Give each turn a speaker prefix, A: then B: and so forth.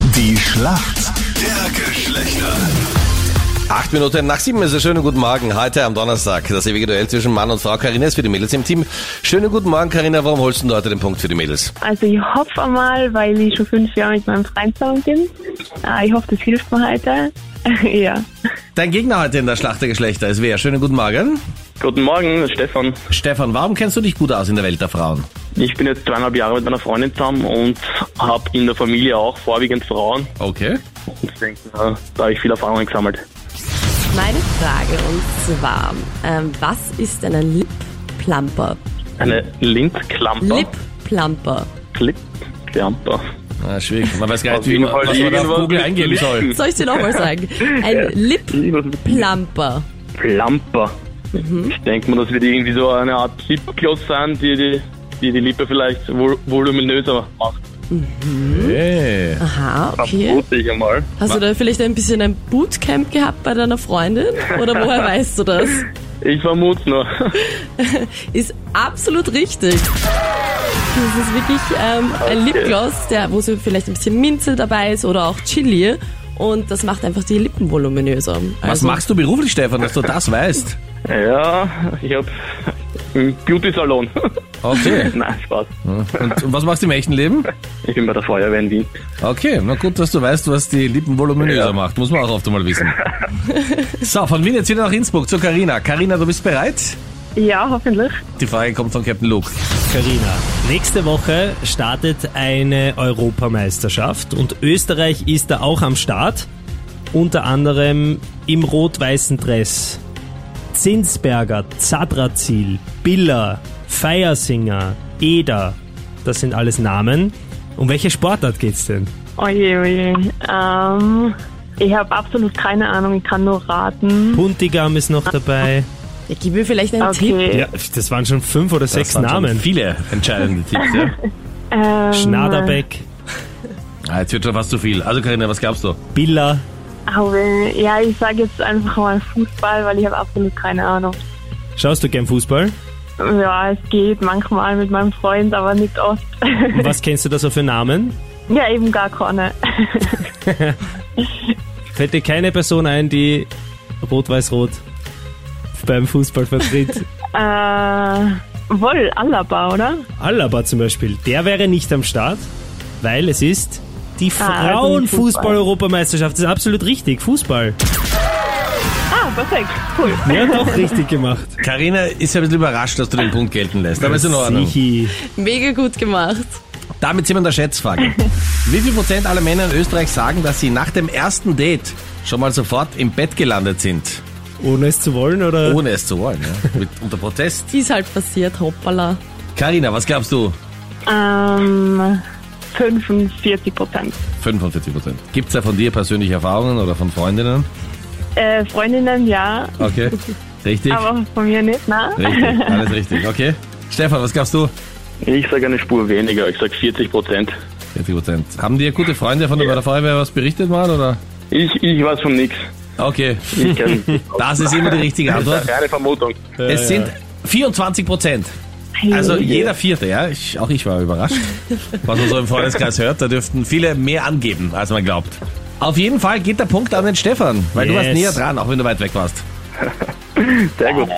A: Die Schlacht der Geschlechter.
B: Acht Minuten nach sieben ist es. Schönen guten Morgen. Heute am Donnerstag. Das ewige Duell zwischen Mann und Frau. Karina ist für die Mädels im Team. Schönen guten Morgen, Karina. Warum holst du heute den Punkt für die Mädels?
C: Also ich hoffe einmal, weil ich schon fünf Jahre mit meinem Freund zusammen bin. Äh, ich hoffe, das hilft mir heute. ja.
B: Dein Gegner heute in der Schlacht der Geschlechter ist wer? Schönen guten Morgen.
D: Guten Morgen, Stefan.
B: Stefan, warum kennst du dich gut aus in der Welt der Frauen?
D: Ich bin jetzt zweieinhalb Jahre mit meiner Freundin zusammen und habe in der Familie auch vorwiegend Frauen.
B: Okay.
D: Und ich denke, äh, da habe ich viel Erfahrung gesammelt.
E: Meine Frage und zwar, ähm, was ist eine Lip-Plumper?
D: Eine Lindklamper.
E: Lip-Plumper.
D: Lindklamper.
B: Ah, schwierig. Man weiß gar
D: Auf
B: nicht, wie
D: jeden
B: man,
D: Fall
B: was man da auf
D: irgendwas
B: Google
D: mit
B: eingeben soll.
D: Lippen.
E: Soll ich dir nochmal sagen? Ein Lip-Plumper.
D: Plamper. Ich denke mal, das wird irgendwie so eine Art Lipgloss sein, die die, die, die Lippe vielleicht vol- voluminöser macht.
B: Hey.
D: Also-
E: Aha, okay.
D: Vermute ich einmal.
E: Hast du da vielleicht ein bisschen ein Bootcamp gehabt bei deiner Freundin? Oder woher weißt du das?
D: Ich vermute nur.
E: Ist absolut richtig. Das ist wirklich ähm, ein Lipgloss, der, wo so vielleicht ein bisschen Minze dabei ist oder auch Chili. Und das macht einfach die Lippen voluminöser.
B: Was
E: Also-
B: machst du beruflich, Stefan, dass du das weißt?
D: Ja, ich habe einen Beauty-Salon.
B: Okay.
D: Nein, Spaß.
B: Und, und was machst du im echten Leben?
D: Ich bin bei der Feuerwehr in Wien.
B: Okay, na gut, dass du weißt, was die Lippen voluminöser
D: Ja.
B: macht. Muss man auch oft einmal wissen. so, von Wien jetzt wieder nach Innsbruck zu Karina. Karina, du bist bereit?
C: ja, hoffentlich.
B: Die Frage kommt von Captain Luke.
F: Karina, nächste Woche startet eine Europameisterschaft und Österreich ist da auch am Start, unter anderem im rot-weißen Dress. Zinsberger, Zadrazil, Biller, Feiersinger, Eder, das sind alles Namen. Um welche Sportart geht's denn?
C: Oje, oje. oh Ähm, ich habe absolut keine Ahnung, ich kann nur raten.
F: Puntigam ist noch dabei.
E: Ja, gib mir vielleicht einen Tipp.
C: Okay.
F: Ja, das waren schon fünf oder sechs Namen.
B: Viele entscheidende Tipps, ja?
C: Ähm,
F: Schnaderbeck,
B: Ah, jetzt wird schon fast zu viel. Also Karina, was glaubst du?
F: Biller,
C: aber- ja, ich sage jetzt einfach mal Fußball, weil ich habe absolut keine Ahnung.
F: schaust du gern Fußball?
C: Ja, es geht manchmal mit meinem Freund, aber nicht oft.
F: Und was kennst du da so für Namen?
C: ja, eben gar keine.
F: Fällt dir keine Person ein, die rot-weiß-rot beim Fußball vertritt?
C: Äh, wohl, Alaba, oder?
F: Alaba zum Beispiel, der wäre nicht am Start, weil es ist die
C: Ah, also nicht
F: Frauenfußball-Europameisterschaft. Das ist absolut richtig, Fußball.
C: Ah, perfekt, cool.
F: Ja, doch richtig gemacht.
B: Karina ist ja ein bisschen überrascht, dass du den Punkt gelten lässt. Aber ist in Ordnung.
F: Sichi.
E: Mega gut gemacht.
B: Damit sind wir in der Schätzfrage. Wie viel Prozent aller Männer in Österreich sagen, dass sie nach dem ersten Date schon mal sofort im Bett gelandet sind?
F: Ohne es zu wollen, oder?
B: Ohne es zu wollen, ja? Mit, unter Protest.
E: Ist halt passiert, hoppala.
B: Karina, was glaubst du?
C: Ähm, 45 Prozent.
B: 45 Prozent. Gibt es da von dir persönliche Erfahrungen oder von Freundinnen?
C: Äh, Freundinnen ja,
B: Okay. Richtig?
C: aber von mir nicht, ne?
B: Richtig, alles richtig, okay. Stefan, was glaubst du?
D: Ich sage eine Spur weniger, ich sage 40 Prozent.
B: 40 Prozent. Haben dir gute Freunde von der bei der Feuerwehr was berichtet mal, oder?
D: Ich, ich weiß von nichts.
B: Okay,
D: Ich kenn-
B: das ist immer die richtige
D: Das
B: Antwort.
D: ist eine reine Vermutung.
B: Es sind 24 Prozent. Also jeder Vierte, ja. Ich, auch ich war überrascht. Was man so im Freundeskreis hört, da dürften viele mehr angeben, als man glaubt. Auf jeden Fall geht der Punkt an den Stefan, weil du warst
F: Yes.
B: näher dran, auch wenn du weit weg warst.
D: Sehr gut.